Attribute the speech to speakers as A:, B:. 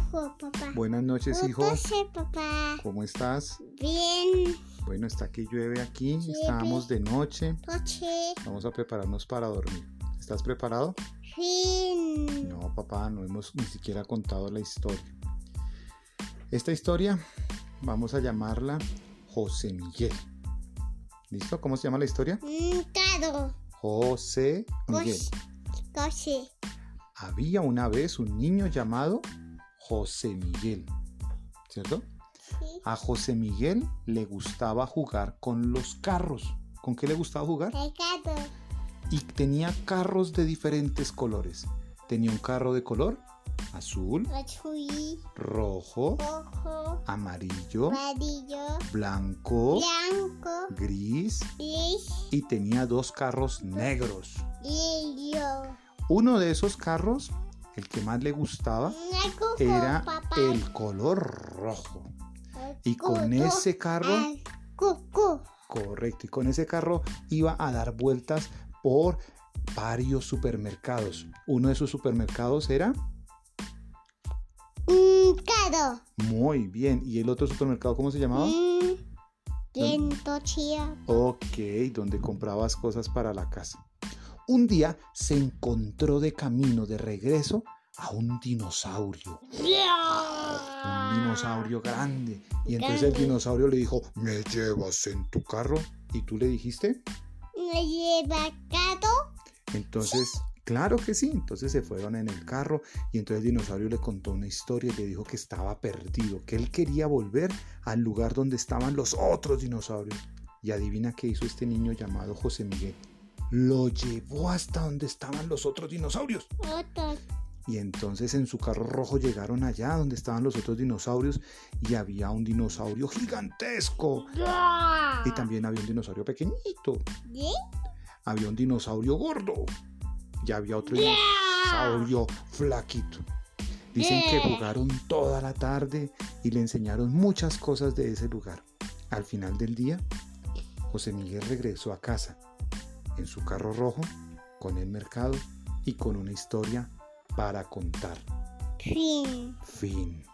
A: papá.
B: Buenas noches, hijo.
A: sé, papá.
B: ¿Cómo estás?
A: Bien,
B: Bueno, está que llueve aquí.
A: Llueve.
B: Estábamos de noche.
A: noche,
B: Vamos a prepararnos para dormir. ¿Estás preparado?
A: fin.
B: No, papá, no hemos ni siquiera contado la historia. Esta historia vamos a llamarla José Miguel. ¿Listo? ¿Cómo se llama la historia?
A: Mm, claro.
B: José Miguel.
A: Cos- Coche.
B: Había una vez un niño llamado José Miguel. ¿Cierto?
A: Sí.
B: A José Miguel le gustaba jugar con los carros. ¿Con qué le gustaba jugar?
A: Pecado.
B: Y tenía carros de diferentes colores. Tenía un carro de color azul,
A: Ochui.
B: rojo,
A: Ojo.
B: amarillo,
A: Amarillo.
B: blanco,
A: Blanco.
B: gris
A: Gris.
B: y tenía dos carros negros.
A: Lillo.
B: Uno de esos carros, el que más le gustaba,
A: Algo con
B: ¿Ah? era
A: papá.
B: el color rojo. Y con
A: Cucu.
B: ese carro
A: Al cucu.
B: Correcto, y con ese carro iba a dar vueltas por varios supermercados. Uno de sus supermercados era
A: Mm, claro.
B: muy bien. ¿Y el otro supermercado cómo se llamaba?
A: Mm, viento chía.
B: Ok, donde comprabas cosas para la casa. Un día se encontró de camino de regreso a un dinosaurio.
A: Ah.
B: Un dinosaurio grande. Y entonces el
A: Grande.
B: dinosaurio le dijo, ¿me llevas en tu carro? Y tú le dijiste,
A: Me lleva gato.
B: Entonces, claro que sí, entonces se fueron en el carro y entonces el dinosaurio le contó una historia y le dijo que estaba perdido, que él quería volver al lugar donde estaban los otros dinosaurios. Y adivina qué hizo este niño llamado José Miguel. Lo llevó hasta donde estaban los otros dinosaurios.
A: Otro.
B: Y entonces en su carro rojo llegaron allá donde estaban los otros dinosaurios y había un dinosaurio gigantesco. Oh. Y también había un dinosaurio pequeñito.
A: ¿Sí?
B: Había un dinosaurio gordo. Y había otro dinosaurio
A: Ah.
B: dinosaurio flaquito. Dicen que
A: Yeah.
B: jugaron toda la tarde y le enseñaron muchas cosas de ese lugar. Al final del día, José Miguel regresó a casa en su carro rojo, con el mercado y con una historia para contar.
A: Fin.
B: Fin.